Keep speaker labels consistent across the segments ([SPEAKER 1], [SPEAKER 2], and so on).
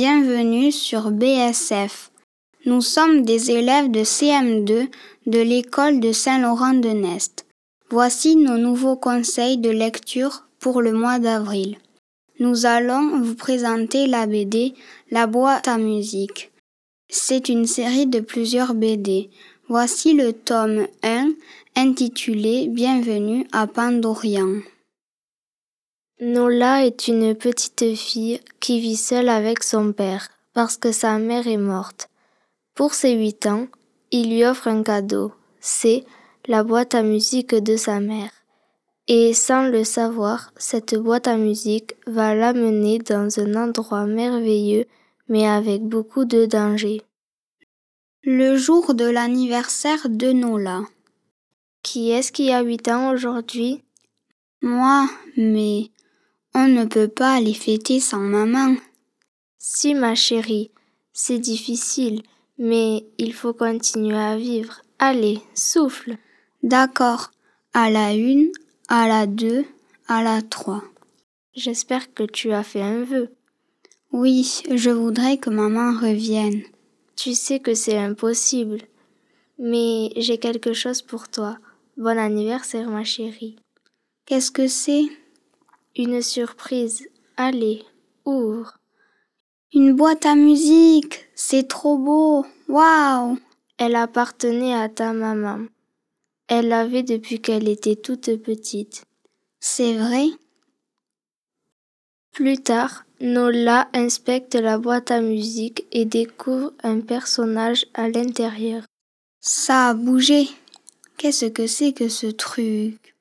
[SPEAKER 1] Bienvenue sur BSF. Nous sommes des élèves de CM2 de l'école de Saint-Laurent-de-Nest. Voici nos nouveaux conseils de lecture pour le mois d'avril. Nous allons vous présenter la BD La boîte à musique. C'est une série de plusieurs BD. Voici le tome 1 intitulé Bienvenue à Pandorian.
[SPEAKER 2] Nola est une petite fille qui vit seule avec son père parce que sa mère est morte. Pour ses huit ans, il lui offre un cadeau. C'est la boîte à musique de sa mère. Et sans le savoir, cette boîte à musique va l'amener dans un endroit merveilleux mais avec beaucoup de danger,
[SPEAKER 1] Le jour de l'anniversaire de Nola.
[SPEAKER 2] Qui est-ce qui a huit ans aujourd'hui
[SPEAKER 1] Moi, mais on ne peut pas les fêter sans maman.
[SPEAKER 2] Si ma chérie, c'est difficile, mais il faut continuer à vivre. Allez, souffle.
[SPEAKER 1] D'accord. À la une, à la deux, à la trois.
[SPEAKER 2] J'espère que tu as fait un vœu.
[SPEAKER 1] Oui, je voudrais que maman revienne.
[SPEAKER 2] Tu sais que c'est impossible. Mais j'ai quelque chose pour toi. Bon anniversaire, ma chérie.
[SPEAKER 1] Qu'est-ce que c'est
[SPEAKER 2] Une surprise. Allez, ouvre.
[SPEAKER 1] Une boîte à musique C'est trop beau Waouh
[SPEAKER 2] Elle appartenait à ta maman. Elle l'avait depuis qu'elle était toute petite.
[SPEAKER 1] C'est vrai
[SPEAKER 2] Plus tard, Nola inspecte la boîte à musique et découvre un personnage à l'intérieur.
[SPEAKER 1] Ça a bougé Qu'est-ce que c'est que ce truc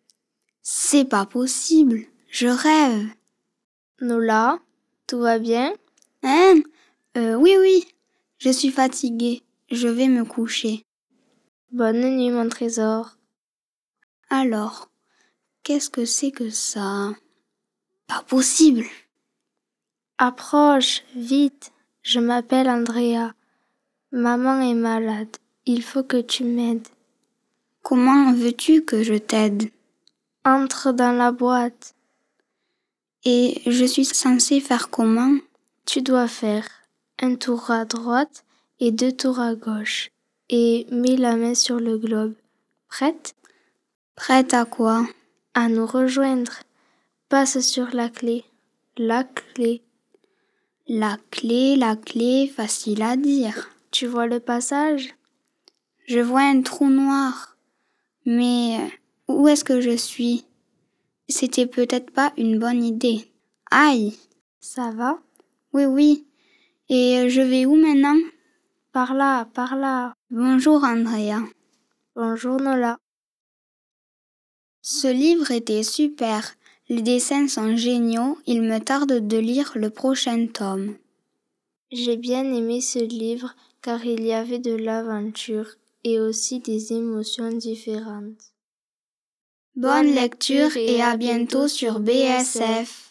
[SPEAKER 1] C'est pas possible Je rêve
[SPEAKER 2] Nola, tout va bien
[SPEAKER 1] Hein Euh, Oui, oui Je suis fatiguée. Je vais me coucher.
[SPEAKER 2] Bonne nuit, mon trésor.
[SPEAKER 1] Alors, qu'est-ce que c'est que ça Pas possible
[SPEAKER 2] Approche, vite. Je m'appelle Andrea. Maman est malade. Il faut que tu m'aides.
[SPEAKER 1] Comment veux-tu que je t'aide
[SPEAKER 2] Entre dans la boîte.
[SPEAKER 1] Et je suis censée faire comment
[SPEAKER 2] Tu dois faire un tour à droite et deux tours à gauche. Et mets la main sur le globe. Prête
[SPEAKER 1] Prête à quoi
[SPEAKER 2] à nous rejoindre. Passe sur la clé. La clé.
[SPEAKER 1] La clé, la clé, facile à dire.
[SPEAKER 2] Tu vois le passage
[SPEAKER 1] Je vois un trou noir. Mais euh, où est-ce que je suis C'était peut-être pas une bonne idée. Aïe
[SPEAKER 2] Ça va
[SPEAKER 1] Oui, oui. Et euh, je vais où maintenant
[SPEAKER 2] Par là, par là.
[SPEAKER 1] Bonjour Andrea.
[SPEAKER 2] Bonjour Nola.
[SPEAKER 1] Ce livre était super. Les dessins sont géniaux. Il me tarde de lire le prochain tome.
[SPEAKER 2] J'ai bien aimé ce livre car il y avait de l'aventure et aussi des émotions différentes.
[SPEAKER 1] Bonne lecture et à bientôt sur BSF.